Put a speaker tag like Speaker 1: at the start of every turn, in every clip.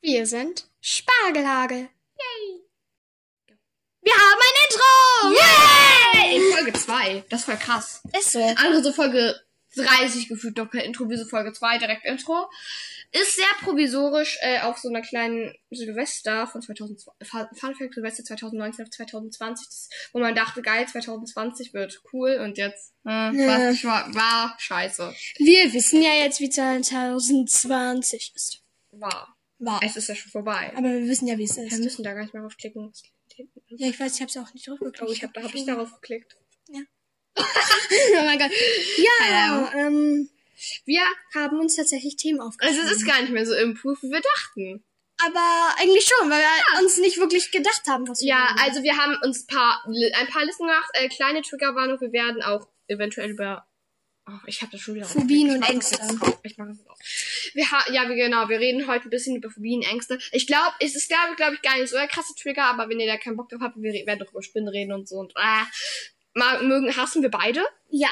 Speaker 1: Wir sind Spargelhagel. Wir haben ein Intro!
Speaker 2: In Folge 2. Das ist voll krass.
Speaker 1: Ist so.
Speaker 2: Andere so Folge 30 gefühlt doch kein Intro, wir so Folge 2 direkt Intro. Ist sehr provisorisch äh, auf so einer kleinen Silvester von 2002. Fun Fun Fact Silvester 2019 auf 2020, das, wo man dachte, geil, 2020 wird cool und jetzt äh,
Speaker 1: Ja.
Speaker 2: war's- war, war scheiße.
Speaker 1: Wir wissen ja jetzt, wie 2020 ist.
Speaker 2: War.
Speaker 1: War.
Speaker 2: Es ist ja schon vorbei.
Speaker 1: Aber wir wissen ja, wie es
Speaker 2: Wir
Speaker 1: ist.
Speaker 2: müssen da gar nicht mehr draufklicken.
Speaker 1: Ja, ich weiß, ich hab's ja auch nicht
Speaker 2: Oh,
Speaker 1: draufgeklickt.
Speaker 2: ich habe da hab ich darauf geklickt.
Speaker 1: oh mein Gott. Ja, ähm,
Speaker 2: Wir,
Speaker 1: haben uns tatsächlich Themen
Speaker 2: also
Speaker 1: aufgeschrieben.
Speaker 2: es ist gar nicht mehr so im Proof, wie wir dachten.
Speaker 1: Also, Aber eigentlich schon, weil wir uns nicht wirklich gedacht haben, was wir
Speaker 2: Ja,
Speaker 1: machen.
Speaker 2: also wir haben uns paar, ein paar Listen gemacht, äh, kleine Triggerwarnung. Wir werden auch eventuell über. Oh, ich habe das schon wieder.
Speaker 1: Phobien und
Speaker 2: aufgeklickt. Ich mach das
Speaker 1: Ängste.
Speaker 2: jetzt auf. Ich mache das jetzt auf. Wir ha ja, wir, genau. Wir reden heute ein bisschen über Phobien, Ängste. Ich glaube, es ist glaube glaub ich gar nicht so der krasse Trigger, aber wenn ihr da keinen Bock drauf habt, wir re- werden doch über Spinnen reden und so und ah, mag, mögen hassen wir beide.
Speaker 1: ja,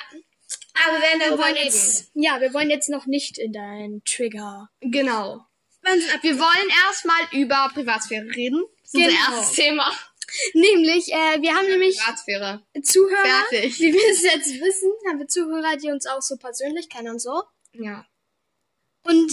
Speaker 2: Aber werden
Speaker 1: wir wollen jetzt, ja, wir wollen jetzt noch nicht in deinen Trigger.
Speaker 2: Genau. Wir wollen erstmal über Privatsphäre reden. Das ist
Speaker 1: Genau.
Speaker 2: unser erstes Thema.
Speaker 1: Nämlich, äh, wir haben nämlich
Speaker 2: Privatsphäre.
Speaker 1: Zuhörer,
Speaker 2: Fertig.
Speaker 1: wie wir es jetzt wissen, haben wir Zuhörer, die uns auch so persönlich kennen und so.
Speaker 2: Ja.
Speaker 1: Und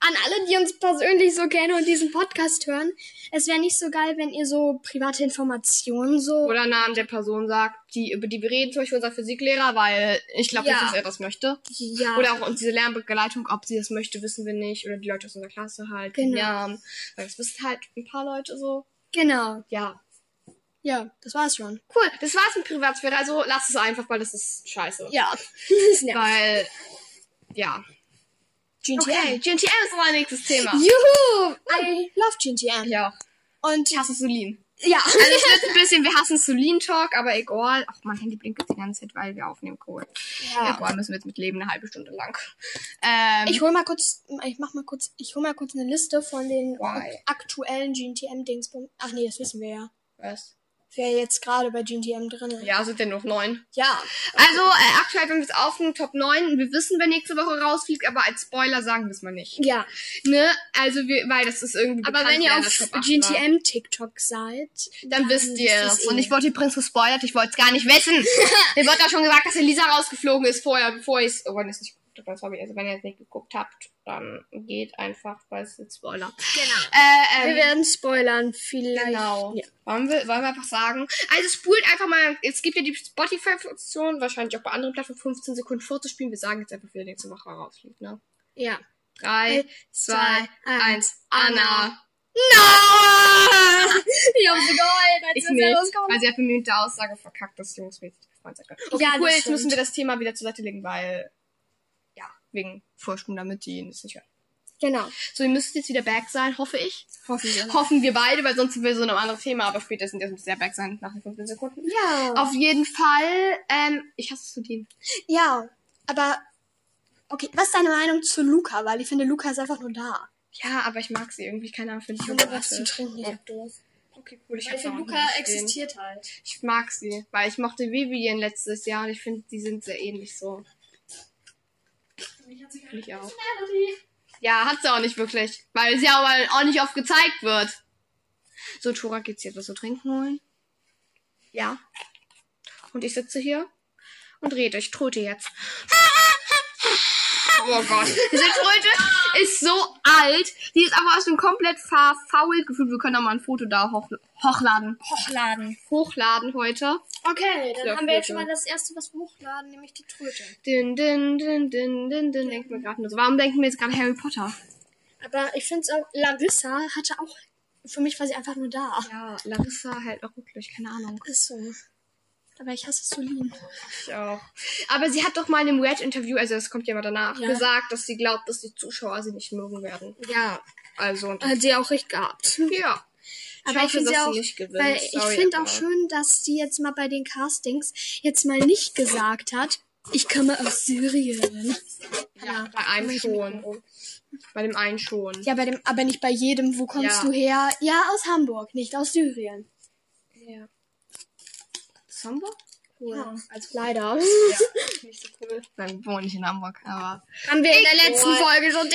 Speaker 1: an alle, die uns persönlich so kennen und diesen Podcast hören, es wäre nicht so geil, wenn ihr so private Informationen so.
Speaker 2: oder Namen der Person sagt, die, über die wir reden, zum Beispiel unser Physiklehrer, weil ich glaube
Speaker 1: Ja.
Speaker 2: nicht, dass er das möchte.
Speaker 1: ja.
Speaker 2: Oder auch uns diese Lernbegleitung, ob sie das möchte, wissen wir nicht. Oder die Leute aus unserer Klasse halt.
Speaker 1: Genau.
Speaker 2: Ja, weil das wissen halt ein paar Leute so.
Speaker 1: genau.
Speaker 2: Ja.
Speaker 1: Ja, das war's schon.
Speaker 2: Cool, das war's mit Privatsphäre. Also lasst es einfach, weil das ist scheiße.
Speaker 1: Ja. das nervt.
Speaker 2: Weil, ja.
Speaker 1: GTM.
Speaker 2: Okay, GNTM ist unser nächstes Thema.
Speaker 1: Juhu! I love GTM.
Speaker 2: Ja.
Speaker 1: Und
Speaker 2: Ich hasse Sulin.
Speaker 1: ja.
Speaker 2: Also es wird ein bisschen, wir hassen Sulin-Talk, aber egal. Ach, mein Handy blinkt jetzt die ganze Zeit, weil wir aufnehmen. Cool. Egal, müssen wir jetzt mit leben, eine halbe Stunde lang. Ähm,
Speaker 1: Ich hol mal kurz, ich mach mal kurz, ich hol mal kurz eine Liste von den
Speaker 2: Why?
Speaker 1: aktuellen GTM-Dingspunkten. Ach nee, das wissen wir ja.
Speaker 2: Was?
Speaker 1: Wer jetzt gerade bei GTM drin ist.
Speaker 2: Ja, sind denn noch neun.
Speaker 1: ja.
Speaker 2: Also, äh, aktuell haben wir es auf den Top 9. Wir wissen, wer nächste Woche rausfliegt, aber als Spoiler sagen wir es mal nicht.
Speaker 1: Ja.
Speaker 2: Ne? Also, wir, weil das ist irgendwie
Speaker 1: Aber
Speaker 2: bekannt,
Speaker 1: wenn
Speaker 2: wer
Speaker 1: ihr
Speaker 2: in
Speaker 1: auf
Speaker 2: der Top 8 war.
Speaker 1: GTM-TikTok seid,
Speaker 2: dann wisst ihr
Speaker 1: wisst
Speaker 2: es.
Speaker 1: ihr's
Speaker 2: Und
Speaker 1: eh.
Speaker 2: ich wurde übrigens gespoilert, ich wollte es gar nicht wissen. Mir wurde da schon gesagt, dass Elisa rausgeflogen ist vorher, bevor ich es... Oh, wenn ihr es nicht geguckt habt, das hab ich- also wenn ihr es nicht geguckt habt, dann geht einfach, weil es ist Spoiler.
Speaker 1: genau.
Speaker 2: Äh,
Speaker 1: Wir
Speaker 2: ähm,
Speaker 1: werden spoilern, vielleicht.
Speaker 2: Genau.
Speaker 1: Ja.
Speaker 2: Wollen, wir, wollen wir einfach sagen. Also spult einfach mal, es gibt ja die Spotify-Funktion, wahrscheinlich auch bei anderen Plattformen 15 Sekunden vorzuspielen. Wir sagen jetzt einfach, wie der nächste Woche rausfliegt, ne?
Speaker 1: Ja.
Speaker 2: Drei, zwei, eins, Anna.
Speaker 1: No! Ich hab's geheult, als
Speaker 2: Ich
Speaker 1: wir
Speaker 2: nicht,
Speaker 1: da rauskommen.
Speaker 2: weil sie hat mit der Aussage verkackt, dass Jungsmäßig befreundet sein können. Okay,
Speaker 1: Ja,
Speaker 2: cool,
Speaker 1: das
Speaker 2: jetzt
Speaker 1: stimmt.
Speaker 2: müssen wir das Thema wieder zur Seite legen, weil, ja, wegen Vorsprung, damit die es nicht hören.
Speaker 1: Genau.
Speaker 2: So, ihr müsst jetzt wieder back sein, hoffe ich.
Speaker 1: Hoffentlich.
Speaker 2: Hoffen wir beide, weil sonst sind wir so in einem anderen Thema, aber spätestens jetzt müsst ihr back sein, nach den 15 Sekunden.
Speaker 1: Ja.
Speaker 2: Auf jeden Fall, ähm, ich hasse Sudin.
Speaker 1: Ja, aber okay, was ist deine Meinung zu Luca? Weil ich finde, Luca ist einfach nur da. um
Speaker 2: Ja, aber ich mag sie irgendwie, keine Ahnung, finde ich
Speaker 1: trinken.
Speaker 2: ich hab Okay, cool, ich hab's auch noch nicht gesehen.
Speaker 1: halt.
Speaker 2: Ich mag sie, weil ich mochte Vivian letztes Jahr und ich finde, die sind sehr ähnlich so. Finde ich auch. Ja, hat sie auch nicht wirklich, weil sie aber auch nicht oft gezeigt wird. So, Tora, geht's dir etwas zu trinken holen? Ja. Und ich sitze hier und rede. Ich tröte jetzt. Oh Gott. Diese Tröte ist so alt. Die ist einfach aus dem komplett verfault gefühlt. Wir können auch mal ein Foto da hoch, hochladen.
Speaker 1: Hochladen.
Speaker 2: Hochladen heute.
Speaker 1: Okay, dann
Speaker 2: Ja,
Speaker 1: haben wir jetzt
Speaker 2: Flöte.
Speaker 1: schon mal das erste, was wir hochladen, nämlich die Tröte.
Speaker 2: Din, din, din, din, din, din. Denkt mir gerade nur so. Warum denken wir jetzt gerade Harry Potter?
Speaker 1: Aber ich finde es auch, Larissa hatte auch, für mich war sie einfach nur da.
Speaker 2: Ja, Larissa halt auch wirklich, keine Ahnung.
Speaker 1: Ist so. Aber ich hasse Solin.
Speaker 2: Ich auch. Aber sie hat doch mal in einem Red-Interview, also das kommt ja mal danach,
Speaker 1: Ja.
Speaker 2: gesagt, dass sie glaubt, dass die Zuschauer sie nicht mögen werden.
Speaker 1: Ja,
Speaker 2: Also, und
Speaker 1: hat sie auch recht gehabt.
Speaker 2: ja.
Speaker 1: Ähm, Aber ich
Speaker 2: hoffe,
Speaker 1: finde
Speaker 2: dass
Speaker 1: ja auch,
Speaker 2: nicht gewinnt.
Speaker 1: weil ich
Speaker 2: Sorry,
Speaker 1: finde auch
Speaker 2: aber-
Speaker 1: schön, dass sie jetzt mal bei den Castings jetzt mal nicht gesagt hat, ich komme aus Syrien.
Speaker 2: Ja, bei einem schon. Bei dem einen schon.
Speaker 1: Ja, bei dem, aber nicht bei jedem. Wo kommst
Speaker 2: Ja.
Speaker 1: du her? Ja, aus Hamburg, nicht aus Syrien.
Speaker 2: Ja. Das haben wir?
Speaker 1: Cool.
Speaker 2: Ja.
Speaker 1: Also leider.
Speaker 2: Ja, nicht so cool. Nein, wir wohnen nicht in Hamburg, aber.
Speaker 1: Haben wir in der
Speaker 2: letzten
Speaker 1: Folge schon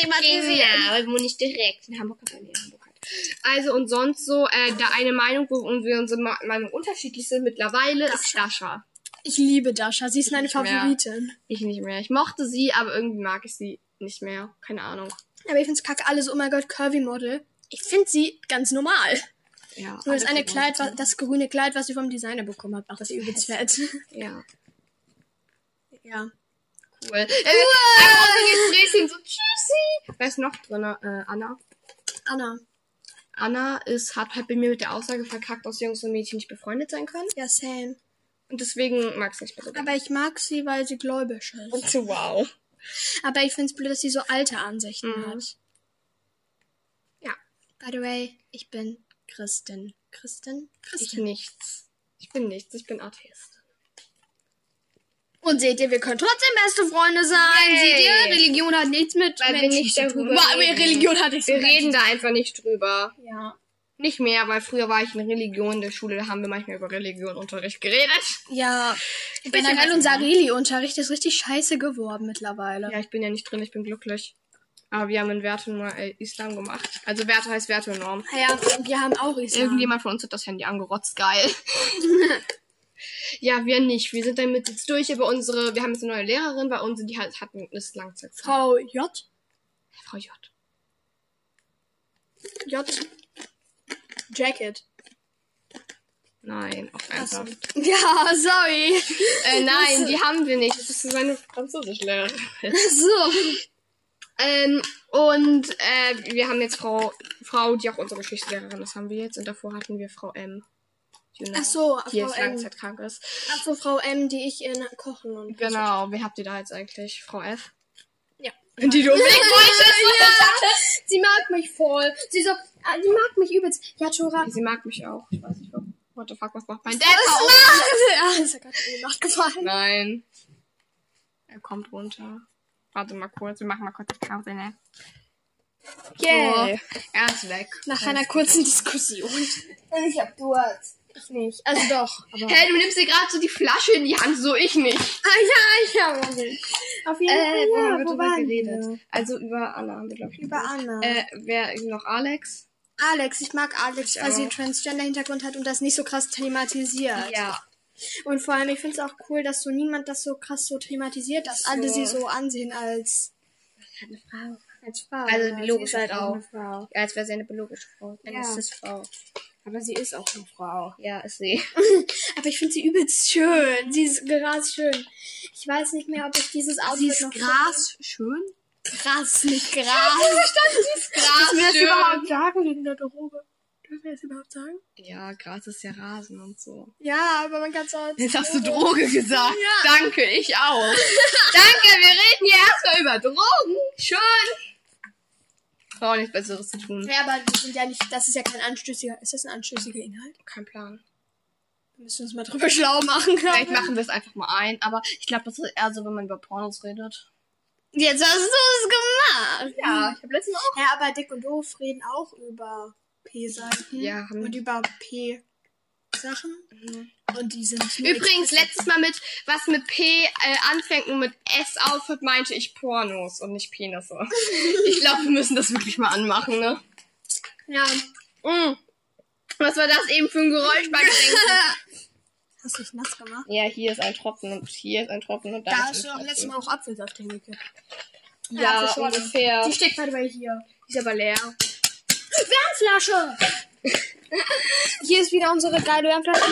Speaker 2: Ja, aber wir wohnen nicht direkt in Hamburg, aber in Hamburg halt. Also und sonst so, äh, da eine Meinung, wo wir unsere Ma- Meinung unterschiedlich sind mittlerweile, ist Dasha.
Speaker 1: Ich liebe Dasha. Sie ist meine
Speaker 2: Nicht mehr.
Speaker 1: Favoritin.
Speaker 2: Ich nicht mehr. Ich mochte sie, aber irgendwie mag ich sie nicht mehr. Keine Ahnung.
Speaker 1: Aber ich find's kacke alles. Oh mein Gott, Curvy Model. Ich find sie ganz normal.
Speaker 2: Ja.
Speaker 1: Nur das
Speaker 2: alles
Speaker 1: eine
Speaker 2: in
Speaker 1: Kleid, wa-
Speaker 2: Ordnung.
Speaker 1: das grüne Kleid, was sie vom Designer bekommen hat, macht das übelst fett.
Speaker 2: Ja.
Speaker 1: ja.
Speaker 2: Cool. Äh, cool. Jetzt dreht so tschüssi. Wer ist noch drin? Äh, Anna.
Speaker 1: Anna.
Speaker 2: Anna ist, hat halt bei mir mit der Aussage verkackt, dass Jungs und Mädchen nicht befreundet sein können.
Speaker 1: Ja, same.
Speaker 2: Und deswegen mag ich nicht mehr so gerne.
Speaker 1: Aber ich mag sie, weil sie gläubisch ist.
Speaker 2: Und wow.
Speaker 1: Aber ich find's blöd, dass sie so alte Ansichten
Speaker 2: Mhm.
Speaker 1: hat.
Speaker 2: Ja.
Speaker 1: By the way, ich bin Christin. Christin?
Speaker 2: Ich
Speaker 1: Christin.
Speaker 2: nichts. Ich bin nichts. Ich bin Atheist.
Speaker 1: Und seht ihr, wir können trotzdem beste Freunde sein.
Speaker 2: Yay.
Speaker 1: Seht ihr, Religion hat nichts mit
Speaker 2: Weil wir
Speaker 1: Menschen
Speaker 2: nicht
Speaker 1: zu tun.
Speaker 2: darüber
Speaker 1: Weil wir
Speaker 2: reden.
Speaker 1: Religion hat nichts
Speaker 2: Wir
Speaker 1: mit Menschen
Speaker 2: reden da einfach nicht drüber.
Speaker 1: zu tun. Ja.
Speaker 2: Nicht mehr, weil früher war ich in Religion in der Schule, da haben wir manchmal über Religionunterricht geredet.
Speaker 1: Ja,
Speaker 2: bin
Speaker 1: generell
Speaker 2: ja-
Speaker 1: unser Reli-Unterricht ist richtig scheiße geworden mittlerweile.
Speaker 2: Ja, ich bin ja nicht drin, ich bin glücklich. Aber wir haben in Werte nur äh, Islam gemacht. Also Werte heißt Werte und Norm.
Speaker 1: Ah Ja, wir haben auch Islam.
Speaker 2: Irgendjemand von uns hat das Handy angerotzt, geil. ja, wir nicht. Wir sind damit jetzt durch, aber unsere, wir haben jetzt eine neue Lehrerin bei uns und die hat, hat ist Langzeit.
Speaker 1: Frau J.
Speaker 2: Frau J.
Speaker 1: J. Jacket.
Speaker 2: Nein, auch
Speaker 1: Ach so.
Speaker 2: einfach.
Speaker 1: Ja, sorry.
Speaker 2: Äh, nein, die haben wir nicht. Das ist seine Französischlehrerin.
Speaker 1: So.
Speaker 2: ähm, und äh, wir haben jetzt Frau, Frau, die auch unsere Geschichtslehrerin ist, haben wir jetzt. Und davor hatten wir Frau M. You know,
Speaker 1: Ach so,
Speaker 2: die
Speaker 1: Frau
Speaker 2: jetzt
Speaker 1: M.
Speaker 2: langzeitkrank ist.
Speaker 1: Ach so, Also Frau M, die ich in Kochen und
Speaker 2: Genau, wer habt ihr da jetzt eigentlich? Frau F?
Speaker 1: Ja.
Speaker 2: Die du unbedingt wolltest.
Speaker 1: Sie mag mich voll. Sie so, ah, die mag mich übelst. Ja, Tora.
Speaker 2: Sie mag mich auch. Ich weiß nicht, warum. What the fuck, was macht mein Dad?
Speaker 1: Was
Speaker 2: da oben?
Speaker 1: macht? Ja, ist ja gerade in die Nacht gefallen.
Speaker 2: Nein. Er kommt runter. Warte mal kurz, wir machen mal kurz die Kamera, ne?
Speaker 1: Yay.
Speaker 2: So, er ist weg.
Speaker 1: Nach einer kurzen Diskussion.
Speaker 2: Ich hab Durst.
Speaker 1: Ich nicht. Also doch. Aber
Speaker 2: Hey, du nimmst dir gerade so die Flasche in die Hand, so ich nicht.
Speaker 1: Ah ja, ich habe Auf jeden Fall.
Speaker 2: wo
Speaker 1: ja,
Speaker 2: Äh, haben
Speaker 1: Äh,
Speaker 2: wir
Speaker 1: wo
Speaker 2: drüber
Speaker 1: waren
Speaker 2: geredet?
Speaker 1: wir?
Speaker 2: Also über Anna haben wir, glaube ich.
Speaker 1: Über Anna.
Speaker 2: Äh, wer noch Alex?
Speaker 1: Alex, ich mag Alex, weil sie
Speaker 2: auch.
Speaker 1: Transgender-Hintergrund hat und das nicht so krass thematisiert.
Speaker 2: Ja.
Speaker 1: Und vor allem, ich finde es auch cool, dass so niemand das so krass so thematisiert, dass alle
Speaker 2: So.
Speaker 1: sie so ansehen als,
Speaker 2: Eine Frau.
Speaker 1: als Frau.
Speaker 2: Also
Speaker 1: Aber sie
Speaker 2: logisch
Speaker 1: ist halt
Speaker 2: auch.
Speaker 1: eine Frau.
Speaker 2: Ja, als wäre sie eine biologische Frau. Eine
Speaker 1: Ja.
Speaker 2: Cis-Frau.
Speaker 1: Aber sie ist auch eine Frau.
Speaker 2: Ja, ist sie.
Speaker 1: Aber ich finde sie übelst schön. Sie ist gerade schön. Ich weiß nicht mehr, ob ich dieses Outfit noch
Speaker 2: schön.
Speaker 1: Gras, nicht Gras.
Speaker 2: Verstanden, sie ist Gras.
Speaker 1: Dürfen wir das überhaupt sagen wegen der Droge? Dürfen wir das überhaupt sagen?
Speaker 2: Ja, Gras ist ja Rasen und so.
Speaker 1: Ja, aber man kann es auch.
Speaker 2: Jetzt hast du Droge gesagt. Danke, ich auch. Danke, wir reden hier erstmal über Drogen. Schön. Brauche nichts Besseres zu tun.
Speaker 1: Ja, aber die sind ja nicht, das ist ja kein anstößiger, ist das ein anstößiger Inhalt?
Speaker 2: Kein Plan.
Speaker 1: Wir müssen uns mal drüber schlau machen, glaube
Speaker 2: Vielleicht machen wir es einfach mal ein, aber ich glaube, das ist eher so, wenn man über Pornos redet.
Speaker 1: Jetzt hast du es gemacht.
Speaker 2: ich habe letztens auch.
Speaker 1: Ja, aber Dick und Doof reden auch über P-Seiten.
Speaker 2: Ja, haben- Mhm.
Speaker 1: Und über P-Sachen. Und die sind. nur
Speaker 2: Übrigens,
Speaker 1: explizit.
Speaker 2: letztes Mal mit, was mit P äh, anfängt und mit S aufhört, meinte ich Pornos und nicht Penisse. ich glaube, wir müssen das wirklich mal anmachen, ne?
Speaker 1: Ja.
Speaker 2: Mm. Was war das eben für ein Geräusch bei Getränken?
Speaker 1: Hast du dich nass gemacht?
Speaker 2: Ja, hier ist ein Tropfen und hier ist ein Tropfen und da,
Speaker 1: Da hast
Speaker 2: ist
Speaker 1: du
Speaker 2: ein
Speaker 1: doch
Speaker 2: Tropfen.
Speaker 1: letztes Mal auch Apfelsaft hingekippt.
Speaker 2: Ja,
Speaker 1: Apfelschorle.
Speaker 2: ungefähr.
Speaker 1: Die steckt halt bei hier.
Speaker 2: Die ist aber leer.
Speaker 1: Wärmflasche! Hier ist wieder unsere geile Wärmflasche.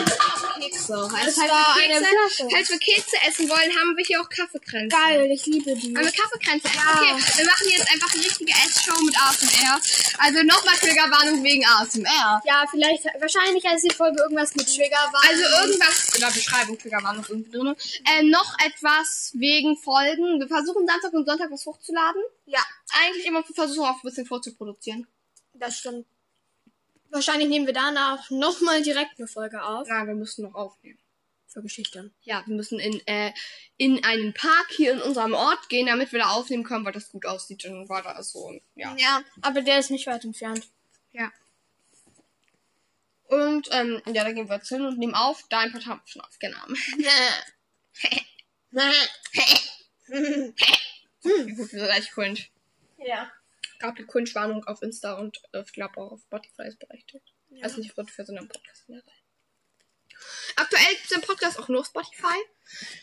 Speaker 2: Kekse.
Speaker 1: Das
Speaker 2: Falls
Speaker 1: war
Speaker 2: wir
Speaker 1: eine
Speaker 2: Kekse,
Speaker 1: Flasche.
Speaker 2: falls wir Kekse essen wollen, haben wir hier auch Kaffeekränze.
Speaker 1: Geil, ich liebe die.
Speaker 2: Haben wir Kaffeekränze?
Speaker 1: Ja.
Speaker 2: Okay, wir machen jetzt einfach eine richtige Essshow mit ASMR. Also nochmal Triggerwarnung wegen ASMR.
Speaker 1: Ja, vielleicht, wahrscheinlich heißt die Folge irgendwas mit Trigger war.
Speaker 2: Also irgendwas, in der Beschreibung, Triggerwarnung ist irgendwie drin. Äh, noch etwas wegen Folgen. Wir versuchen Samstag und Sonntag was hochzuladen.
Speaker 1: Ja,
Speaker 2: Eigentlich immer versuchen auch ein bisschen vorzuproduzieren.
Speaker 1: das stimmt. Wahrscheinlich nehmen wir danach nochmal direkt eine Folge auf.
Speaker 2: Nein, wir müssen noch aufnehmen.
Speaker 1: Für Geschichte.
Speaker 2: Ja, wir müssen in, äh, in einen Park hier in unserem Ort gehen, damit wir da aufnehmen können, weil das gut aussieht und war da so. und Ja.
Speaker 1: aber der ist nicht weit entfernt.
Speaker 2: ja. Und ähm, ja, da gehen wir jetzt hin und nehmen auf. Da ein paar Tampfen auf, genau.
Speaker 1: ja.
Speaker 2: Hm. Gut, wir sind echt cringe. gab die Kunstwarnung auf Insta und äh, ich glaube auch auf Spotify ist berechtigt.
Speaker 1: Ja.
Speaker 2: Also nicht für sondern Podcast generell. Aktuell gibt es den Podcast auch nur auf Spotify.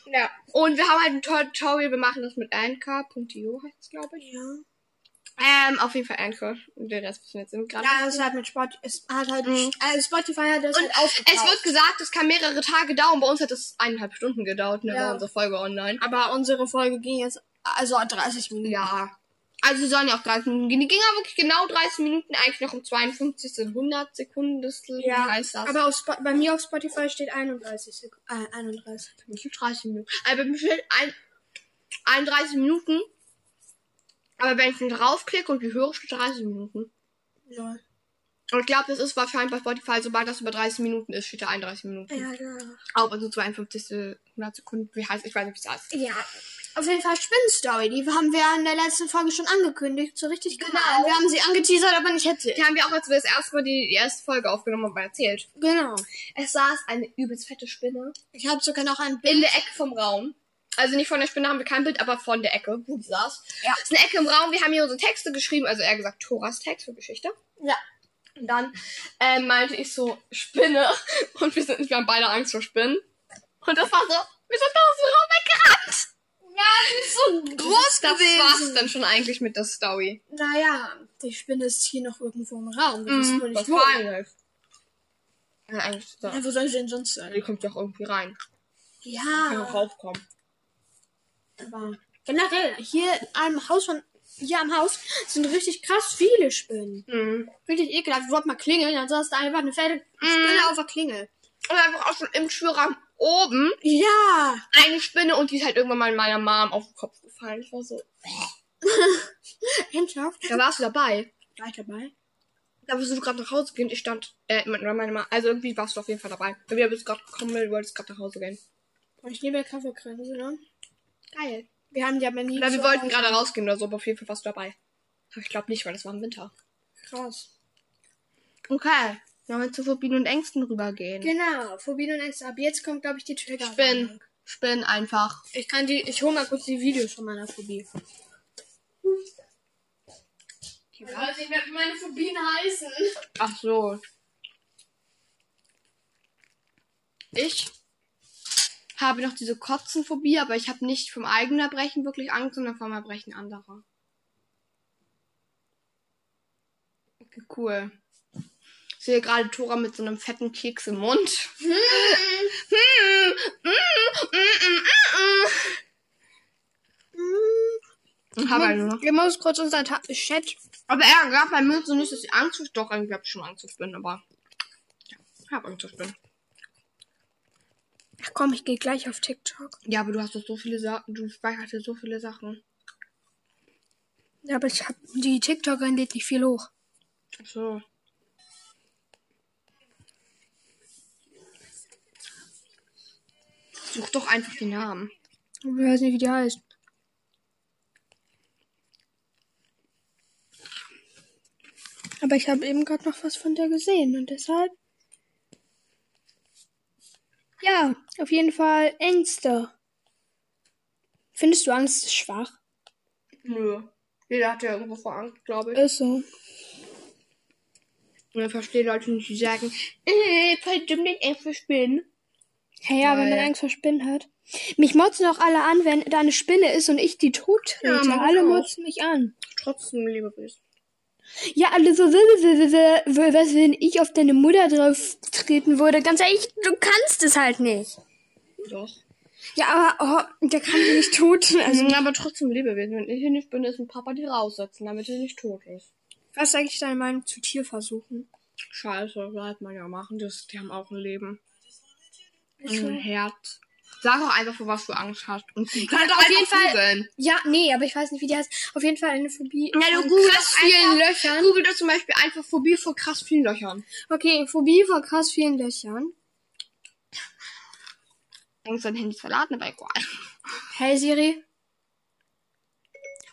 Speaker 1: Ja.
Speaker 2: Und wir haben halt ein tolles Tutorial, wir machen das mit anchor.io heißt es, glaube ich.
Speaker 1: Ja.
Speaker 2: Ähm, auf jeden Fall Anchor. Der Rest wissen wir jetzt eben gerade.
Speaker 1: Ja, das ist halt mit Spot, es hat halt, äh, Spotify hat das
Speaker 2: Und
Speaker 1: halt aufgekauft.
Speaker 2: es wird gesagt, es kann mehrere Tage dauern. Bei uns hat es eineinhalb Stunden gedauert, ne,
Speaker 1: Ja.
Speaker 2: war unsere Folge online.
Speaker 1: aber unsere Folge ging jetzt, also 30 Minuten.
Speaker 2: Ja. Also sie sollen ja auch 30 Minuten gehen. Die ging ja wirklich genau 30 Minuten, eigentlich noch um 52 und 100 Sekundenstel.
Speaker 1: Ja,
Speaker 2: Wie heißt das?
Speaker 1: aber auf Spo bei mir auf Spotify steht 31 Sekunden. Äh, 31.
Speaker 2: nicht 30 Minuten. Aber mir steht ein, 31 Minuten. Aber wenn ich dann draufklicke und die höre, steht 30 Minuten.
Speaker 1: Lol.
Speaker 2: Und ich glaube, das ist wahrscheinlich bei Spotify, sobald das über 30 Minuten ist, steht da 31 Minuten.
Speaker 1: Ja, ja.
Speaker 2: Auch also 52. 100 Sekunden, wie heißt, ich weiß nicht, wie es heißt.
Speaker 1: Ja. Auf jeden Fall Spinnenstory. Die haben wir in der letzten Folge schon angekündigt. So richtig genau. Wir haben sie angeteasert, aber nicht erzählt.
Speaker 2: Die haben wir auch, als wir das erste Mal die, die erste Folge aufgenommen haben, erzählt.
Speaker 1: Genau.
Speaker 2: Es saß eine übelst fette Spinne
Speaker 1: Ich habe sogar noch ein
Speaker 2: in
Speaker 1: Bild.
Speaker 2: der Ecke vom Raum. Also nicht von der Spinne haben wir kein Bild, aber von der Ecke, wo die saß.
Speaker 1: Ja.
Speaker 2: Es ist eine Ecke im Raum, wir haben hier unsere Texte geschrieben, also eher gesagt Thoras Text für Geschichte.
Speaker 1: Ja.
Speaker 2: Und dann äh, meinte ich so, Spinne. Und wir, sind, wir haben beide Angst vor Spinnen. Und das war so, wir sind aus dem Raum weggerannt.
Speaker 1: So groß
Speaker 2: Oh, Das war's
Speaker 1: gewesen.
Speaker 2: dann schon eigentlich mit der Story.
Speaker 1: Naja, die Spinne ist hier noch irgendwo im Raum. Wir wissen nur Mhm. nicht
Speaker 2: das
Speaker 1: wo.
Speaker 2: Mhm, war eigentlich. Ja, eigentlich so.
Speaker 1: Ja, wo soll sie denn sonst sein?
Speaker 2: Die kommt ja auch irgendwie rein. Kann auch
Speaker 1: Ja,
Speaker 2: raufkommen.
Speaker 1: aber generell, hier am Haus von, hier am Haus sind richtig krass viele Spinnen.
Speaker 2: Mhm.
Speaker 1: Richtig ekelhaft. Ich wollte mal klingeln, dann saß da einfach eine fette Spinne
Speaker 2: Mhm.
Speaker 1: auf der Klingel.
Speaker 2: Und einfach auch schon im Türrahmen oben
Speaker 1: Ja.
Speaker 2: eine Spinne und die ist halt irgendwann mal meiner Mom auf den Kopf gefallen. Ich war so,
Speaker 1: Ernsthaft?
Speaker 2: da warst du dabei.
Speaker 1: Gleich dabei.
Speaker 2: Da bist du gerade nach Hause gehen. Ich stand, äh, mit meiner Mom, also irgendwie warst du auf jeden Fall dabei. Weil wir bist gerade gekommen, du wolltest gerade nach Hause gehen.
Speaker 1: Und ich nehme ja Kaffeekränze, ne?
Speaker 2: Geil.
Speaker 1: Wir haben die aber nie.
Speaker 2: Oder wir
Speaker 1: zu-
Speaker 2: wollten gerade rausgehen oder so, aber auf jeden Fall warst du dabei. Aber ich glaube nicht, weil das war im Winter.
Speaker 1: Krass.
Speaker 2: Okay. Sollen wir zu Phobien und Ängsten rübergehen?
Speaker 1: Genau. Phobien und Ängste. Ab jetzt kommt, glaube ich, die Trigger.
Speaker 2: Spinnen. Spinnen einfach.
Speaker 1: Ich kann die, ich hole mal kurz die Videos von meiner Phobie. Ich weiß nicht mehr, wie meine Phobien heißen.
Speaker 2: Ach so. Ich habe noch diese Kotzenphobie, aber ich habe nicht vom eigenen Erbrechen wirklich Angst, sondern vom Erbrechen anderer. Okay, cool. Ich sehe gerade Tora mit so einem fetten Keks im Mund. Hm, mm, mm, mm, mm, mm. Ich habe eine noch.
Speaker 1: Wir müssen kurz unseren Ta Chat.
Speaker 2: Aber er gab bei mir so nicht, dass ich Angst habe. Doch, eigentlich habe ich schon Angst vor Spinnen, aber. Ich habe Angst vor Spinnen.
Speaker 1: Ach komm, ich gehe gleich auf TikTok.
Speaker 2: Ja, aber du hast doch so viele Sachen. Du speicherst ja so viele Sachen.
Speaker 1: Ja, aber ich hab, die TikTokerin lädt nicht viel hoch.
Speaker 2: Ach so. Such doch einfach den Namen.
Speaker 1: Ich weiß nicht, wie die heißt. Aber ich habe eben gerade noch was von der gesehen und deshalb. Ja, auf jeden Fall Ängste. Findest du Angst ist schwach?
Speaker 2: Nö. Jeder hat ja irgendwo vor Angst, glaube ich.
Speaker 1: Ist so.
Speaker 2: Und ich verstehe Leute nicht, die sagen, äh, voll dumm, den Angst vor Spinnen.
Speaker 1: Hey, ja, wenn man
Speaker 2: Weil-
Speaker 1: Angst vor Spinnen hat. Mich motzen auch alle an, wenn da eine Spinne ist und ich die tot
Speaker 2: Ja,
Speaker 1: töte.
Speaker 2: mach ich
Speaker 1: alle
Speaker 2: auch.
Speaker 1: motzen mich an.
Speaker 2: Trotzdem, liebe Grüße.
Speaker 1: Ja, alle so, w- w- w- w- w- was, wenn ich auf deine Mutter drauf treten würde? Ganz ehrlich, du kannst es halt nicht.
Speaker 2: Doch.
Speaker 1: Ja, aber oh, der kann die nicht töten. Also,
Speaker 2: Also, aber trotzdem Lebewesen. Wenn ich hier nicht bin, ist ein Papa die raussetzen, damit er nicht tot ist.
Speaker 1: was sage ich deine Meinung zu Tierversuchen?
Speaker 2: Scheiße, das hat man ja machen. Das, die haben auch ein Leben.
Speaker 1: Mhm.
Speaker 2: Ein Herz. Sag auch einfach, vor was du Angst hast. Und du
Speaker 1: kannst
Speaker 2: auf
Speaker 1: einfach
Speaker 2: jeden Fall.
Speaker 1: Ja, nee, aber ich weiß nicht, wie die heißt. Auf jeden Fall eine Phobie.
Speaker 2: Ja, du
Speaker 1: von
Speaker 2: googelst
Speaker 1: krass
Speaker 2: einfach-
Speaker 1: vielen Löchern.
Speaker 2: Google doch zum Beispiel einfach Phobie vor krass vielen Löchern.
Speaker 1: Okay, Phobie vor krass vielen Löchern.
Speaker 2: Denkst dein Handy verladen, aber egal.
Speaker 1: Hey Siri.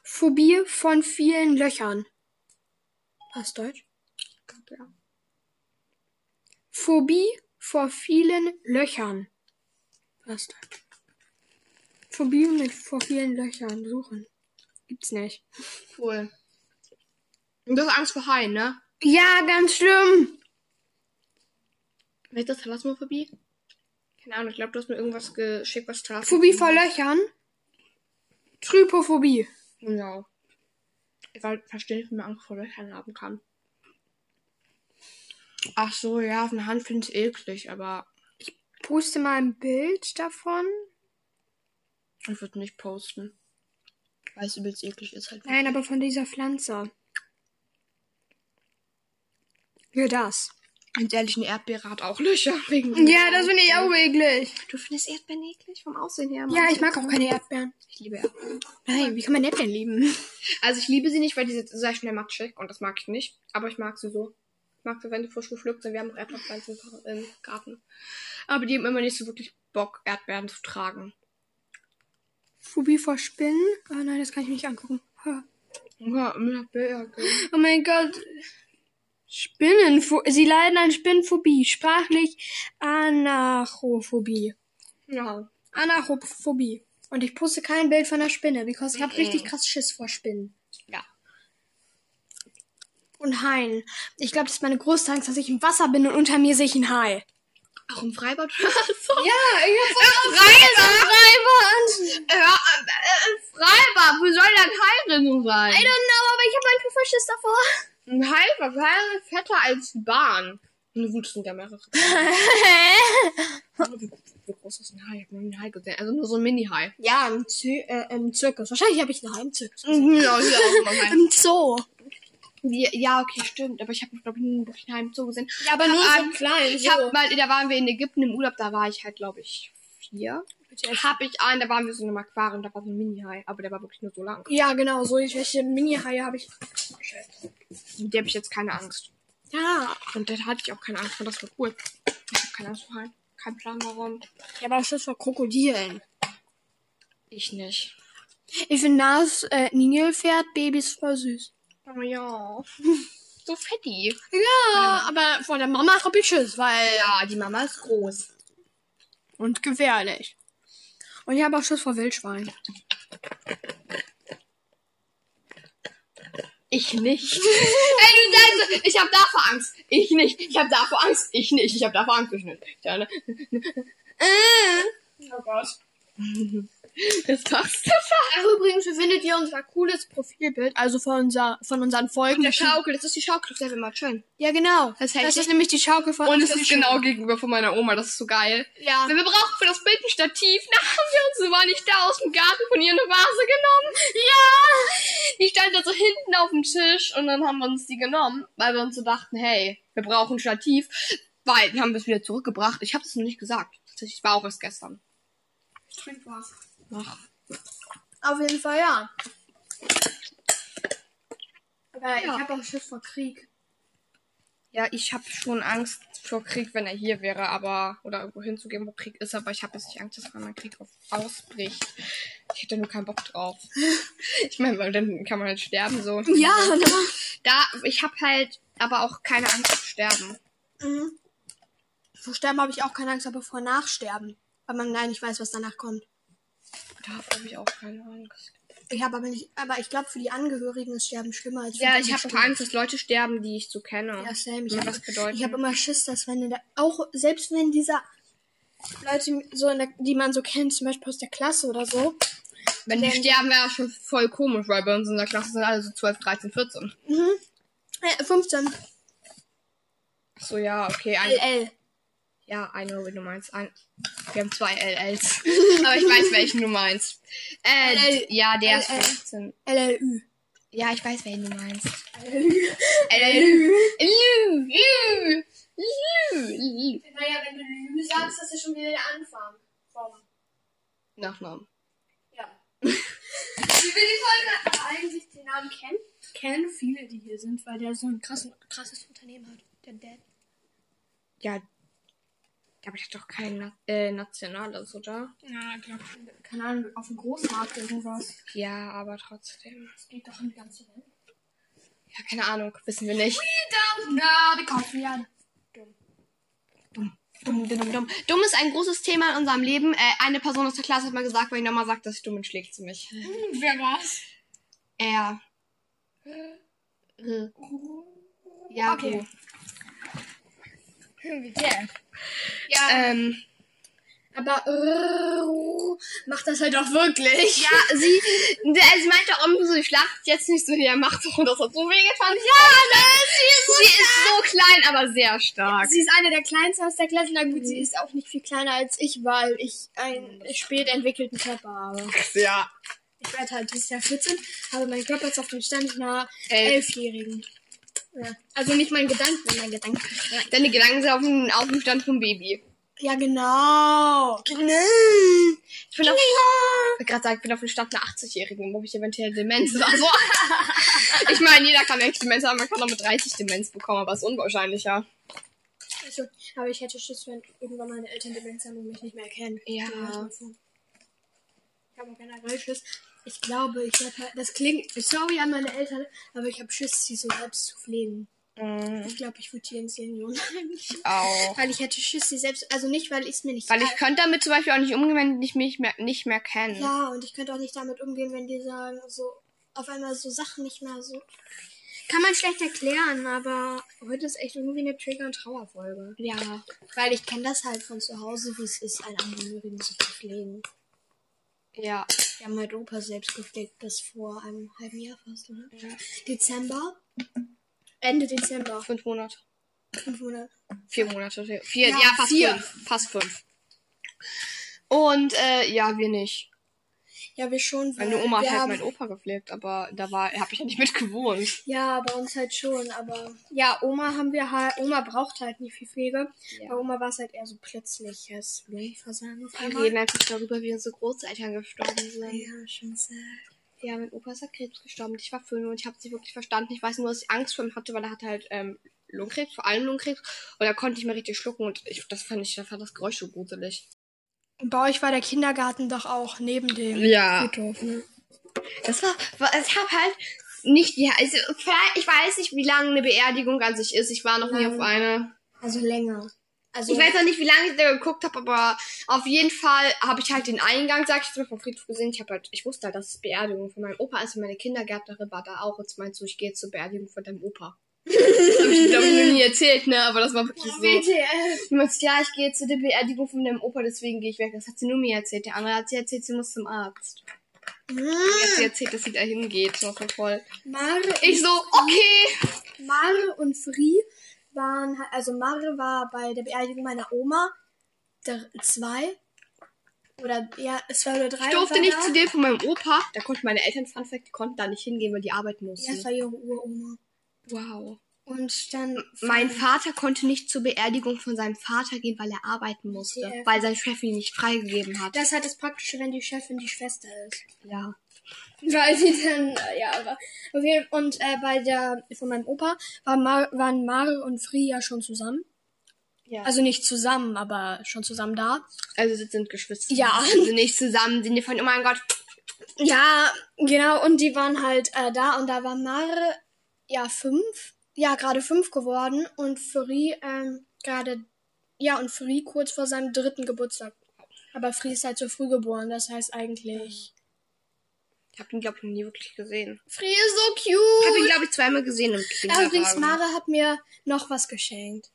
Speaker 1: Phobie von vielen Löchern. Passt Deutsch? Phobie vor vielen Löchern. Passt Deutsch. Phobie mit vor vielen Löchern suchen. Gibt's nicht.
Speaker 2: Cool. Und Du hast Angst vor Haien, ne?
Speaker 1: Ja, ganz schlimm.
Speaker 2: Wer ist das Thalasmophobie? Keine Ahnung, ich glaube, du hast mir irgendwas geschickt, was Thalas.
Speaker 1: Phobie vor Löchern. Trypophobie.
Speaker 2: Ja. Ich ver- verstehe nicht, wie man Angst vor Löchern haben kann. Ach so, ja, auf eine Hand finde ich eklig, aber
Speaker 1: Poste mal ein Bild davon.
Speaker 2: ich würde nicht posten. Weil es übelst eklig ist halt.
Speaker 1: Nein, aber von dieser Pflanze. Ja, das.
Speaker 2: Ganz ehrlich, ein Erdbeere hat auch Löcher wegen.
Speaker 1: Ja, das finde ich auch eklig.
Speaker 2: Du findest Erdbeeren eklig vom Aussehen her?
Speaker 1: Ja, ich mag auch keine Erdbeeren.
Speaker 2: ich liebe Erdbeeren.
Speaker 1: Nein, wie kann man Erdbeeren lieben?
Speaker 2: Also ich liebe sie nicht, weil die sind sehr schnell matschig und das mag ich nicht. Aber ich mag sie so. Ich mag sie, wenn sie frisch gepflückt sind. Wir haben auch Erdbeerpflanzen im Garten. Aber die haben immer nicht so wirklich Bock, Erdbeeren zu tragen.
Speaker 1: Phobie vor Spinnen? Oh nein, das kann ich mir nicht angucken. Ha.
Speaker 2: Ja, immer Berge.
Speaker 1: Oh mein Gott. Spinnen. Sie leiden an Spinnenphobie. Sprachlich Anachophobie.
Speaker 2: Ja.
Speaker 1: Anachophobie. Und ich poste kein Bild von einer Spinne, because ich habe richtig krass Schiss vor Spinnen.
Speaker 2: Ja.
Speaker 1: Und Haien. Ich glaube, das ist meine größte Angst, dass ich im Wasser bin und unter mir sehe ich einen Hai.
Speaker 2: Auch im Freibad so.
Speaker 1: Ja, ich
Speaker 2: Im Freibad?
Speaker 1: Freibad!
Speaker 2: Ja, äh, äh, im Freibad. Wo soll denn ein Hai drin sein?
Speaker 1: I don't know, aber ich habe einfach voll Schiss davor.
Speaker 2: Ein Hai war Hai ist fetter als die Bahn. Eine Wut sind ja mehrere. wie, wie groß ist ein Hai? Ich habe noch nie einen Hai gesehen. Also nur so ein Mini-Hai.
Speaker 1: Ja, im, Zir äh, im Zirkus. Wahrscheinlich habe ich einen Hai im Zirkus.
Speaker 2: Mhm, Ja, ich auch immer einen Hai.
Speaker 1: Im Zoo.
Speaker 2: Ja, ja, okay, stimmt. Aber ich habe, glaube ich, nie wirklich einen Heim Zoo gesehen.
Speaker 1: Ja, aber nur
Speaker 2: Ah,
Speaker 1: so klein.
Speaker 2: Ich habe mal, da waren wir in Ägypten im Urlaub, da war ich halt, glaube ich, vier.
Speaker 1: so.
Speaker 2: Hab ich einen, da waren wir so in einem Aquarium, da war so ein Mini-Hai, aber der war wirklich nur so lang.
Speaker 1: Ja, genau, so welche Mini-Haie habe ich.
Speaker 2: Mit dem habe ich jetzt keine Angst.
Speaker 1: Ja.
Speaker 2: Und da hatte ich auch keine Angst, weil das war cool. Ich habe keine Angst vor Haien. Kein Plan warum.
Speaker 1: Ich habe auch Schiss vor Krokodilen.
Speaker 2: Ich nicht.
Speaker 1: Ich finde Nas äh, Nilpferd-Babys voll süß.
Speaker 2: Oh ja. So fetti.
Speaker 1: Ja, aber vor der Mama habe ich Schiss, weil.
Speaker 2: Ja, Ah, die Mama ist groß.
Speaker 1: Und gefährlich. Und ich habe auch Schiss vor Wildschwein.
Speaker 2: Ich nicht. Ey, du sagst, so, ich habe davor Angst. Ich nicht. Ich habe davor Angst. Ich nicht. Ich habe davor Angst. Ich nicht. Ja, ne? Oh Gott. Das passt.
Speaker 1: Ach, übrigens, wie findet ihr unser cooles Profilbild? Also von, unser, von unseren Folgen.
Speaker 2: Der Schaukel, das ist die Schaukel, das ist immer schön.
Speaker 1: Ja, genau. Das,
Speaker 2: Das heißt-
Speaker 1: ist nämlich die Schaukel von
Speaker 2: Und es
Speaker 1: unserem
Speaker 2: ist
Speaker 1: Schiff.
Speaker 2: genau gegenüber von meiner Oma, das ist so geil.
Speaker 1: Ja.
Speaker 2: Wir brauchen für das Bild ein Stativ. Na, haben wir uns, sie war nicht da aus dem Garten von ihr eine Vase genommen. Ja! Die stand da so hinten auf dem Tisch und dann haben wir uns die genommen, weil wir uns so dachten, hey, wir brauchen ein Stativ. Weil, wir haben es wieder zurückgebracht. Ich habe es noch nicht gesagt. Tatsächlich war auch erst gestern.
Speaker 1: Trinkbar.
Speaker 2: Ach.
Speaker 1: Auf jeden Fall, ja. Aber ich
Speaker 2: Ja.
Speaker 1: habe auch Schiss vor Krieg.
Speaker 2: Ja, ich habe schon Angst vor Krieg, wenn er hier wäre, aber oder irgendwo hinzugehen, wo Krieg ist, aber ich habe jetzt nicht Angst, dass wenn mein Krieg auf, ausbricht. Ich hätte nur keinen Bock drauf. ich meine, weil dann kann man halt sterben so.
Speaker 1: Ja, ne?
Speaker 2: Da, ich habe halt aber auch keine Angst zu sterben.
Speaker 1: mhm. Vor Sterben habe ich auch keine Angst, aber vor Nachsterben. Weil man nein, ich weiß, was danach kommt.
Speaker 2: Davor habe ich auch keine Angst.
Speaker 1: Ich habe aber nicht, aber ich glaube, für die Angehörigen ist Sterben schlimmer als für
Speaker 2: Ja,
Speaker 1: die
Speaker 2: ich habe auch
Speaker 1: Umstehenden.
Speaker 2: Angst, dass Leute sterben, die ich so kenne.
Speaker 1: Ja, same. Ich
Speaker 2: Mir
Speaker 1: habe
Speaker 2: was bedeutet.
Speaker 1: ich hab immer Schiss, dass wenn da, auch selbst wenn dieser Leute, so in der, die man so kennt, zum Beispiel aus der Klasse oder so,
Speaker 2: Wenn die
Speaker 1: Wenn-
Speaker 2: sterben, wäre das schon voll komisch, weil bei uns in der Klasse sind alle so 12, 13, 14.
Speaker 1: äh, 15
Speaker 2: Ach so, ja, okay. ein-
Speaker 1: LL.
Speaker 2: Ja, I know, wie du meinst. Ein Wir haben zwei LLs. Aber ich weiß, welchen du meinst. Äh,
Speaker 1: LL.
Speaker 2: ja, der ist
Speaker 1: LL.
Speaker 2: 15.
Speaker 1: LLÜ.
Speaker 2: Ja, ich weiß, welchen du meinst.
Speaker 1: LLÜ.
Speaker 2: LLÜ. Lü, Lü, Lü, Lü.
Speaker 1: Naja, wenn du Lü sagst, das ist schon wieder der Anfang. Vom,
Speaker 2: Nachnamen.
Speaker 1: ja. Wie will die Folge eigentlich den Namen kennen? Kennen viele, die hier sind, weil der so ein krassen, krasses Unternehmen hat. Der Dad.
Speaker 2: Ja. Aber ich hatte doch kein Na äh, nationales, oder?
Speaker 1: Ja, ich glaube schon. Keine Ahnung, auf dem Großmarkt oder sowas.
Speaker 2: Ja, aber trotzdem.
Speaker 1: Das geht doch in die ganze Welt.
Speaker 2: Ja, keine Ahnung. Wissen wir nicht.
Speaker 1: Na, die kaufen ja.
Speaker 2: Dumm, dumm, dumm. Dumm ist ein großes Thema in unserem Leben. Äh, eine Person aus der Klasse hat mal gesagt, wenn ich nochmal sage, dass ich dumm bin, schlägt sie mich.
Speaker 1: Wer war's?
Speaker 2: Er. Hm. Ja,
Speaker 3: Okay.
Speaker 2: okay.
Speaker 3: Wie der.
Speaker 2: Ja. Ähm,
Speaker 1: Aber äh, macht das halt auch wirklich.
Speaker 2: Ja, sie, der, sie meinte auch immer so, ich lache jetzt nicht so, ja, macht doch, und das hat so wehgetan. Ja, sie ist so, klein, aber sehr stark.
Speaker 1: Sie ist eine der kleinsten aus der Klasse. Na gut, sie ist auch nicht viel kleiner als ich, weil ich einen spät entwickelten Körper habe.
Speaker 2: Ja.
Speaker 1: Ich werde halt dieses Jahr 14, aber mein Körper ist auf dem Stand einer
Speaker 2: Elf.
Speaker 1: Elfjährigen. Ja. Also nicht mein Gedanken, mein Gedanken.
Speaker 2: Deine Gedanken sind auf dem, auf dem Stand vom Baby.
Speaker 1: Ja, genau.
Speaker 2: Genau. Ich bin auf, ich gerade sagen, ich bin auf dem Stand einer 80-Jährigen, ob ich eventuell Demenz oder so. ich meine, jeder kann eigentlich Demenz haben, man kann auch mit 30 Demenz bekommen, aber ist unwahrscheinlicher.
Speaker 1: Also, aber ich hätte Schiss, wenn irgendwann meine Eltern Demenz haben und mich nicht mehr erkennen.
Speaker 2: Ja.
Speaker 1: Ich habe generell Schiss. Ich glaube, ich werde halt, das klingt, sorry an meine Eltern, aber ich habe Schiss, sie so selbst zu pflegen.
Speaker 2: Mm,
Speaker 1: Ich glaube, ich würde die ins Senioren
Speaker 2: Auch.
Speaker 1: Weil ich hätte Schiss, sie selbst, also nicht, weil ich es mir nicht
Speaker 2: Weil ich könnte damit zum Beispiel auch nicht umgehen, wenn ich mich mehr, nicht mehr kenne.
Speaker 1: Ja, und ich könnte auch nicht damit umgehen, wenn die sagen, so auf einmal so Sachen nicht mehr so. Kann man schlecht erklären, aber heute ist echt irgendwie eine Trigger- und Trauerfolge.
Speaker 2: ja.
Speaker 1: Weil ich kenne das halt von zu Hause, wie es ist, einen Angehörigen zu verpflegen.
Speaker 2: Ja.
Speaker 1: Wir haben halt Opa selbst gepflegt bis vor einem halben Jahr fast, oder? Dezember? Ende Dezember.
Speaker 2: Fünf Monate.
Speaker 1: Fünf Monate.
Speaker 2: Vier Monate. Vier, vier
Speaker 1: Ja,
Speaker 2: ja, fast
Speaker 1: vier.
Speaker 2: fünf. Fast fünf. Und äh, ja, wir nicht.
Speaker 1: Ja, wir schon. weil
Speaker 2: Meine Oma hat
Speaker 1: wir
Speaker 2: halt
Speaker 1: haben-
Speaker 2: meinen Opa gepflegt, aber da war, habe ich ja nicht mit gewohnt.
Speaker 1: Ja, bei uns halt schon, aber ja, Oma haben wir halt, Oma braucht halt nicht viel Pflege.
Speaker 2: Ja.
Speaker 1: Bei Oma war es halt eher so plötzliches Blutversagen auf
Speaker 2: Wir
Speaker 1: einmal.
Speaker 2: reden einfach darüber, wie unsere Großeltern gestorben sind.
Speaker 1: Ja, schon sehr.
Speaker 2: Ja, mein Opa ist an Krebs gestorben. Ich war fünf und ich habe sie wirklich verstanden. Ich weiß nur, dass ich Angst vor ihm hatte, weil er hatte halt ähm, Lungenkrebs, vor allem Lungenkrebs. Und er konnte nicht mehr richtig schlucken und ich, das fand ich, da fand das Geräusch so gruselig.
Speaker 1: Und bei euch war der Kindergarten doch auch neben dem
Speaker 2: Ja.
Speaker 1: Friedhof, ne?
Speaker 2: Das war, war ich habe halt nicht, ja, also, vielleicht- ich weiß nicht, wie lange eine Beerdigung an sich ist. Ich war noch nie
Speaker 1: Nein.
Speaker 2: auf einer.
Speaker 1: Also länger. Also
Speaker 2: Ich weiß auch nicht, wie lange ich da geguckt habe, aber auf jeden Fall habe ich halt den Eingang, sag ich jetzt mal, vom Friedhof gesehen. Ich, hab halt, ich wusste halt, dass es Beerdigung von meinem Opa ist und meine Kindergärtnerin war da auch. Jetzt meinst du, ich gehe zur Beerdigung von deinem Opa. Das habe ich, glaube ich, noch nie erzählt, ne? Aber das war wirklich so.
Speaker 1: WTF.
Speaker 2: Du meinst, ja, ich gehe jetzt zu der Beerdigung von deinem Opa, deswegen gehe ich weg. Das hat sie nur mir erzählt. Der andere hat sie erzählt, sie muss zum Arzt.
Speaker 1: Hm?
Speaker 2: Mir hat sie erzählt, dass sie da hingeht. Das war voll toll.
Speaker 1: Mare,
Speaker 2: Ich so, okay.
Speaker 1: Mare und Fri waren, halt- also Mare war bei der Beerdigung meiner Oma der, zwei. Oder ja, zwei oder drei.
Speaker 2: Ich durfte
Speaker 1: war
Speaker 2: nicht
Speaker 1: da.
Speaker 2: zu dem von meinem Opa. Da konnten meine Eltern, Fun Fact, die konnten da nicht hingehen, weil die arbeiten
Speaker 1: Ja, das
Speaker 2: mussten.
Speaker 1: war ihre Uroma.
Speaker 2: Wow.
Speaker 1: Und dann.
Speaker 2: Mein Vater konnte nicht zur Beerdigung von seinem Vater gehen, weil er arbeiten musste,
Speaker 1: Ja.
Speaker 2: weil sein Chef ihn nicht freigegeben hat.
Speaker 1: Das hat das Praktische, wenn die Chefin die Schwester ist.
Speaker 2: Ja.
Speaker 1: Weil sie dann, äh, ja, aber. auf jeden- Und äh, bei der, von meinem Opa war Mar waren Mare und Fri ja schon zusammen.
Speaker 2: ja. Also,
Speaker 1: Also nicht zusammen, aber schon zusammen da.
Speaker 2: also sie sind Geschwister.
Speaker 1: Ja.
Speaker 2: Also nicht zusammen, sind die von, oh mein Gott.
Speaker 1: Ja, genau, und die waren halt äh, da und da war Mare ja fünf, ja, gerade fünf geworden und Fri, ähm, gerade, ja, und Fri kurz vor seinem dritten Geburtstag. Aber Fri ist halt so früh geboren, das heißt eigentlich.
Speaker 2: Ich habe ihn, glaube ich, noch nie wirklich gesehen.
Speaker 1: Fri ist so
Speaker 2: Ich habe
Speaker 1: cute!
Speaker 2: ihn, glaube ich, zweimal gesehen im
Speaker 1: Ja,
Speaker 2: Kindergarten.
Speaker 1: übrigens, Mare hat mir noch was geschenkt.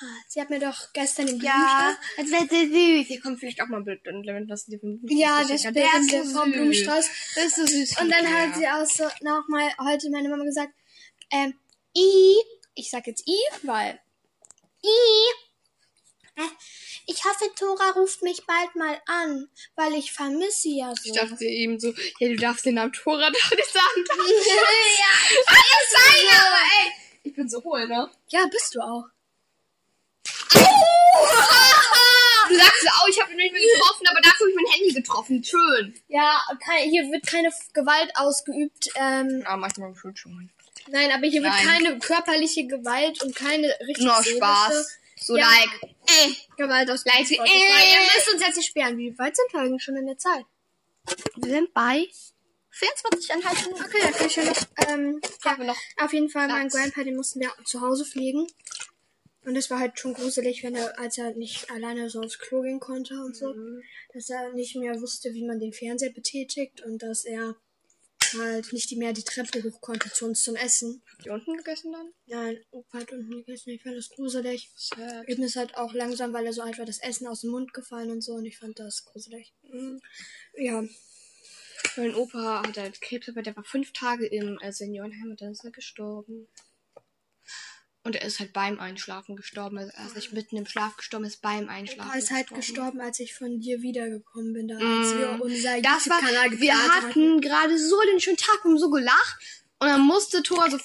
Speaker 1: Ah, Sie hat mir doch gestern den
Speaker 2: Ja,
Speaker 1: Blumenstrauß.
Speaker 2: das wäre sehr süß. Hier kommt vielleicht auch mal ein Bild und Lemon, was die vom Blumenstrauß
Speaker 1: Ja,
Speaker 2: geschickt
Speaker 1: das
Speaker 2: hat.
Speaker 1: Bild
Speaker 2: Der
Speaker 1: in
Speaker 2: ist
Speaker 1: der
Speaker 2: so
Speaker 1: Frau
Speaker 2: süß.
Speaker 1: Blumenstrauß.
Speaker 2: Das ist so süß.
Speaker 1: Und dann
Speaker 2: Ja.
Speaker 1: hat sie auch so nochmal heute meine Mama gesagt, ähm, I, ich sag jetzt I, weil I. Äh, Ich hoffe, Tora ruft mich bald mal an, weil ich vermisse sie ja so.
Speaker 2: Ich dachte eben so, ja, du darfst den Namen Tora doch nicht sagen.
Speaker 1: ja.
Speaker 2: Nein, aber ey. Ich bin so hohl, ne?
Speaker 1: ja, bist du auch.
Speaker 2: Du sagst, oh, ich habe ihn nicht mehr getroffen, aber dafür habe ich mein Handy getroffen. Schön.
Speaker 1: Ja, kein, hier wird keine F- Gewalt ausgeübt. Ähm,
Speaker 2: Ja, manchmal schön schon.
Speaker 1: nein, aber hier wird
Speaker 2: Nein.
Speaker 1: keine körperliche Gewalt und keine richtig
Speaker 2: Nur
Speaker 1: seelische
Speaker 2: Spaß. So
Speaker 1: Ja.
Speaker 2: like. Äh.
Speaker 1: Gewalt aus
Speaker 2: Leid-
Speaker 1: Spotify.
Speaker 2: Äh.
Speaker 1: Ihr müsst uns jetzt nicht sperren. Wie weit sind wir eigentlich schon in der Zeit?
Speaker 2: Wir sind bei 24,5 Minuten.
Speaker 1: Okay, dann kann ich ja noch. Ähm, ja,
Speaker 2: Haben wir noch.
Speaker 1: auf jeden Fall, mein
Speaker 2: Platz.
Speaker 1: Grandpa, den mussten wir zu Hause pflegen. Und das war halt schon gruselig, wenn er, als er nicht alleine so aufs Klo gehen konnte und so, dass er nicht mehr wusste, wie man den Fernseher betätigt und dass er halt nicht mehr die Treppe hoch konnte zu uns zum Essen.
Speaker 2: Habt ihr unten gegessen dann?
Speaker 1: Nein, Opa hat unten gegessen. Ich fand das gruselig.
Speaker 2: Sad.
Speaker 1: Eben ist halt auch langsam, weil er so alt war, das Essen aus dem Mund gefallen und so. Und ich fand das gruselig. Ja,
Speaker 2: Mein Opa hat halt Krebs, aber der war fünf Tage im äh, Seniorenheim und dann ist er gestorben. Und er ist halt beim Einschlafen gestorben. Also er ist nicht mitten im Schlaf gestorben, ist beim Einschlafen.
Speaker 1: Opa ist halt gestorben, als ich von dir wiedergekommen bin, da, als
Speaker 2: Mm.
Speaker 1: wir unser
Speaker 2: Das war,
Speaker 1: YouTube-Kanal
Speaker 2: wir
Speaker 1: geplant
Speaker 2: hatten gerade so den schönen Tag und so gelacht. Und dann musste Thor so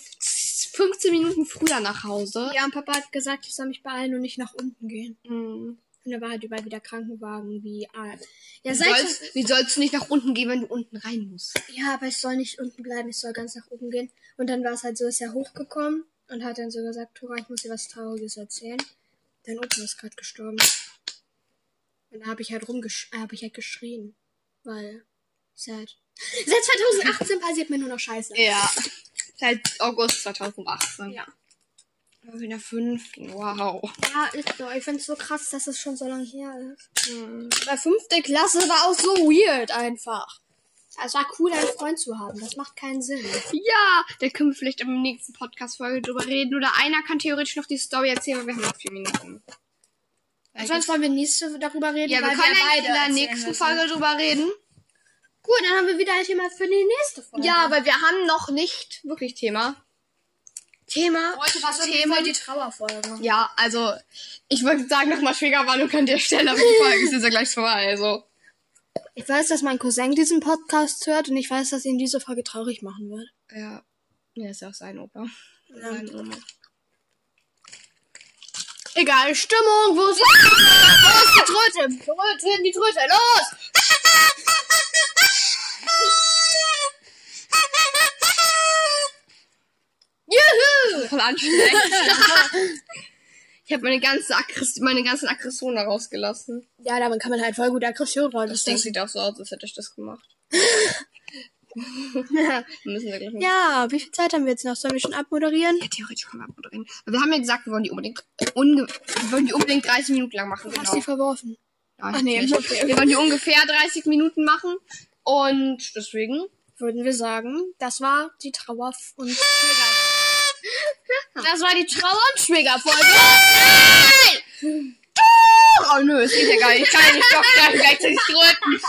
Speaker 2: 15 Minuten früher nach Hause.
Speaker 1: Ja, und Papa hat gesagt, ich soll mich beeilen und nicht nach unten gehen.
Speaker 2: Mhm.
Speaker 1: Und da war halt überall wieder Krankenwagen, wie ah, Ja,
Speaker 2: Wie,
Speaker 1: seit
Speaker 2: sollst, wie sollst du nicht nach unten gehen, wenn du unten rein musst?
Speaker 1: Ja, aber ich soll nicht unten bleiben, ich soll ganz nach oben gehen. Und dann war es halt so, ist er hochgekommen und hat dann so gesagt, Tora, ich muss dir was Trauriges erzählen. Dein Opa ist gerade gestorben. Und da habe ich halt rumgesch äh, hab ich halt geschrien. Weil seit seit 2018 passiert mir nur noch Scheiße.
Speaker 2: Ja. Seit August 2018.
Speaker 1: Ja.
Speaker 2: War wieder fünf. Wow.
Speaker 1: Ja, ist so. Ich find's so krass, dass es schon so lange her ist.
Speaker 2: Mhm.
Speaker 1: Bei fünfte Klasse war auch so weird einfach. Es war cool, einen Freund zu haben. Das macht keinen Sinn.
Speaker 2: Ja, da können wir vielleicht im nächsten Podcast-Folge drüber reden. Oder einer kann theoretisch noch die Story erzählen, weil wir haben noch vier Minuten.
Speaker 1: Sonst wollen wir nächste darüber reden,
Speaker 2: ja, wir
Speaker 1: weil
Speaker 2: können
Speaker 1: beide
Speaker 2: in der
Speaker 1: erzählen
Speaker 2: nächsten
Speaker 1: müssen.
Speaker 2: Folge drüber reden.
Speaker 1: Gut, dann haben wir wieder ein Thema für die nächste Folge.
Speaker 2: Ja, aber wir haben noch nicht wirklich Thema. Thema.
Speaker 1: heute war
Speaker 2: Thema.
Speaker 1: Thema die Trauerfolge.
Speaker 2: Ja, also, ich würde sagen, nochmal Schwiegerwarnung an der Stelle, aber die Folge ist jetzt ja gleich vorbei, also.
Speaker 1: Ich weiß, dass mein Cousin diesen Podcast hört und ich weiß, dass ihn diese Folge traurig machen wird.
Speaker 2: Ja. Ja, ist ja auch sein Opa.
Speaker 1: Ja.
Speaker 2: Sein Oma.
Speaker 1: Egal, Stimmung, wo ist, wo ist die Tröte? Tröte, die Tröte, los! Juhu!
Speaker 2: Voll anstrengend. ich habe meine, ganze Aggress- meine ganzen Aggressionen rausgelassen.
Speaker 1: Ja, damit kann man halt voll gut Aggression
Speaker 2: Das
Speaker 1: rausstecken.
Speaker 2: Ding sieht auch so aus, als hätte ich das gemacht. Müssen wir gleich mal.
Speaker 1: Ja, wie viel Zeit haben wir jetzt noch? Sollen wir schon abmoderieren?
Speaker 2: Ja, theoretisch können wir abmoderieren. Aber wir haben ja gesagt, wir wollen die unbedingt, unge wir wollen die unbedingt 30 Minuten lang machen.
Speaker 1: Du
Speaker 2: Genau.
Speaker 1: hast die verworfen.
Speaker 2: Nein,
Speaker 1: Ach nee,
Speaker 2: nicht.
Speaker 1: okay.
Speaker 2: Wir wollen die ungefähr 30 Minuten machen. Und deswegen.
Speaker 1: Würden wir sagen, das war die Trauer und Schwäger. Das war die Trauer und Schwägerfolge.
Speaker 2: Oh nö, es geht ja gar nicht. Ich kann ja nicht doch gleich gleichzeitig drücken.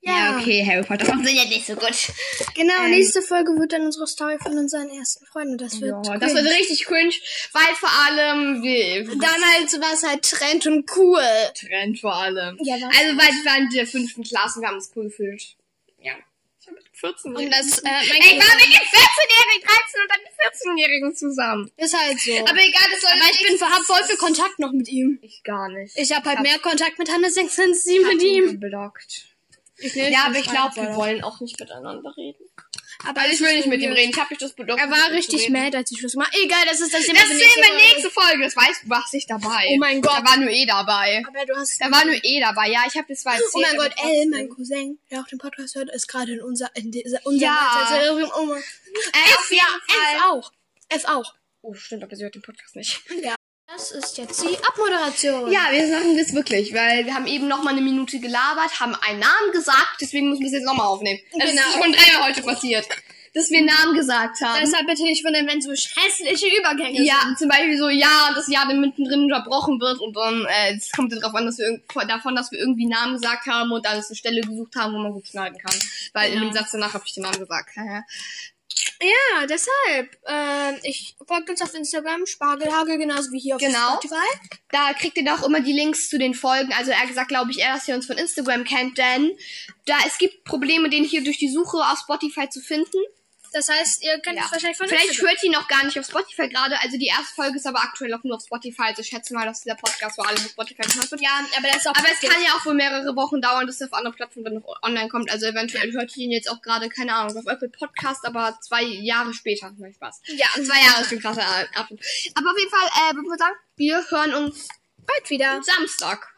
Speaker 1: Ja.
Speaker 2: okay, Harry Potter funktioniert nicht so gut.
Speaker 1: Genau,
Speaker 2: Ähm.
Speaker 1: nächste Folge wird dann unsere Story von unseren ersten Freunden. Das wird.
Speaker 2: Ja,
Speaker 1: cool.
Speaker 2: das wird richtig cringe, weil vor allem wir
Speaker 1: Damals war es halt Trend und cool.
Speaker 2: Trend vor allem.
Speaker 1: Ja, was?
Speaker 2: also weil wir waren in der fünften Klasse, wir haben uns cool gefühlt. Ja. Ich war mit 14
Speaker 1: Und
Speaker 2: -Jährigen.
Speaker 1: das, äh,
Speaker 2: Ich
Speaker 1: mein
Speaker 2: war mit dem 14-Jährigen, 13 und dann dem 14-Jährigen zusammen.
Speaker 1: ist halt so.
Speaker 2: Aber egal, das soll
Speaker 1: Aber ich bin hab voll viel Kontakt noch mit ihm.
Speaker 2: ich gar nicht.
Speaker 1: Ich habe halt
Speaker 2: Hab-
Speaker 1: mehr Kontakt mit Hannes 607 mit ihm.
Speaker 2: geblockt.
Speaker 1: Ich
Speaker 2: Ja, aber ich glaube, wir wollen auch nicht miteinander reden.
Speaker 1: Aber
Speaker 2: Weil ich will nicht mit ihm reden. Ich habe nicht das Bedürfnis.
Speaker 1: Er war
Speaker 2: mit ihm zu
Speaker 1: richtig
Speaker 2: reden.
Speaker 1: mad, als ich Schluss gemacht Egal, das ist das Thema.
Speaker 2: Das
Speaker 1: für
Speaker 2: sehen
Speaker 1: nächste
Speaker 2: wir
Speaker 1: Folge.
Speaker 2: nächste Folge. Das weißt du, warst nicht dabei.
Speaker 1: Oh mein Gott.
Speaker 2: Da war nur eh dabei.
Speaker 1: Aber du hast.
Speaker 2: Da war nur eh dabei. Ja, ich habe das E zwar erzählt.
Speaker 1: Oh mein
Speaker 2: aber
Speaker 1: Gott, Elle,
Speaker 2: trotzdem.
Speaker 1: mein Cousin, der auch den Podcast hört, ist gerade in unser, in dieser, unser
Speaker 2: Ja.
Speaker 1: Oh mein.
Speaker 2: Äh, auf jeden
Speaker 1: F
Speaker 2: Fall.
Speaker 1: auch. F auch.
Speaker 2: Oh, stimmt, aber sie hört den Podcast nicht.
Speaker 1: Ja. Das ist jetzt die Abmoderation.
Speaker 2: Ja, wir machen das wirklich, weil wir haben eben nochmal eine Minute gelabert, haben einen Namen gesagt, deswegen müssen wir es jetzt nochmal aufnehmen. Das ist
Speaker 1: Genau.
Speaker 2: schon dreimal heute passiert, dass wir Namen gesagt haben.
Speaker 1: Deshalb bitte nicht wundern, wenn so hässliche Übergänge
Speaker 2: ja, zum Beispiel so, ja, das Jahr dann mittendrin unterbrochen wird und dann, äh, es kommt ja darauf an, dass wir irgend- von- davon, dass wir irgendwie Namen gesagt haben und dann ist eine Stelle gesucht haben, wo man gut schneiden kann. Weil in
Speaker 1: Genau.
Speaker 2: dem Satz danach habe ich den Namen gesagt. Haha.
Speaker 1: Ja, deshalb. Ähm, ich folgt uns auf Instagram, Spargelhagel, genauso wie hier auf
Speaker 2: Genau.
Speaker 1: Spotify.
Speaker 2: Da kriegt ihr doch immer die Links zu den Folgen. Also er gesagt, glaube ich, eher, dass ihr uns von Instagram kennt, denn da es gibt Probleme, den hier durch die Suche auf Spotify zu finden.
Speaker 1: Das heißt, ihr könnt
Speaker 2: Ja.
Speaker 1: es wahrscheinlich von
Speaker 2: Vielleicht
Speaker 1: Instagram.
Speaker 2: hört ihr ihn noch gar nicht auf Spotify gerade. Also die erste Folge ist aber aktuell auch nur auf Spotify. Also ich schätze mal, dass dieser Podcast vor allem auf Spotify gehört wird.
Speaker 1: Ja, aber das ist auch
Speaker 2: Aber es kann ja auch wohl mehrere Wochen dauern, bis er auf andere Plattformen dann noch online kommt. Also eventuell hört ihr ihn jetzt auch gerade, keine Ahnung, auf Apple Podcast, aber zwei Jahre später. Nein, Spaß.
Speaker 1: ja,
Speaker 2: Zwei Jahre ist schon krasser Abschnitt. Aber auf jeden Fall, äh, würde ich sagen, wir hören uns
Speaker 1: bald wieder.
Speaker 2: am Samstag.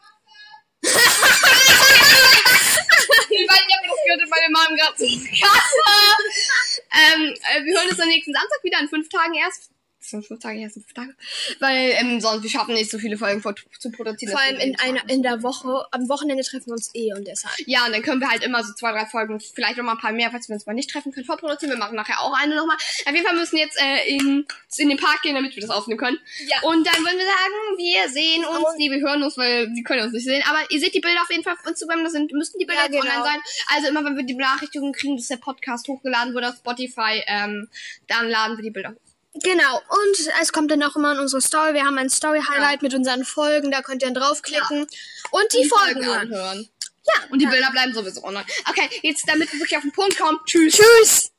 Speaker 2: ich weiß nicht, ob ihr das gehört habt, meine Mom gerade so krass. Ähm, äh, wir hören uns am nächsten Samstag wieder, in fünf Tagen erst. Das sind fünf Tage, ja, das sind fünf Tage. Weil ähm, sonst, wir schaffen nicht so viele Folgen vor, zu produzieren.
Speaker 1: Vor
Speaker 2: Das
Speaker 1: allem
Speaker 2: wird
Speaker 1: in
Speaker 2: jeden
Speaker 1: einer,
Speaker 2: Tag.
Speaker 1: in der Woche, am Wochenende treffen wir uns eh und deshalb.
Speaker 2: Ja, und dann können wir halt immer so zwei, drei Folgen, vielleicht noch mal ein paar mehr, falls wir uns mal nicht treffen können, vorproduzieren. Wir machen nachher auch eine nochmal. Auf jeden Fall müssen wir jetzt äh, in, in den Park gehen, damit wir das aufnehmen können.
Speaker 1: Ja.
Speaker 2: Und dann würden wir sagen, wir sehen uns.
Speaker 1: Aber-
Speaker 2: nee, wir hören uns, weil sie können uns nicht sehen. Aber ihr seht die Bilder auf jeden Fall auf Instagram. Das sind, müssten die Bilder
Speaker 1: Ja,
Speaker 2: jetzt
Speaker 1: genau.
Speaker 2: online sein. Also immer, wenn wir die Benachrichtigungen kriegen, dass der Podcast hochgeladen wurde auf Spotify, ähm, dann laden wir die Bilder hoch.
Speaker 1: Genau. Und es kommt dann auch immer in unsere Story. Wir haben ein Story-Highlight mit unseren Folgen. Da könnt ihr dann draufklicken und die, Folgen hören.
Speaker 2: Ja. Und die Bilder bleiben sowieso online. Okay, jetzt damit wir wirklich auf den Punkt kommen. Tschüss.
Speaker 1: Tschüss!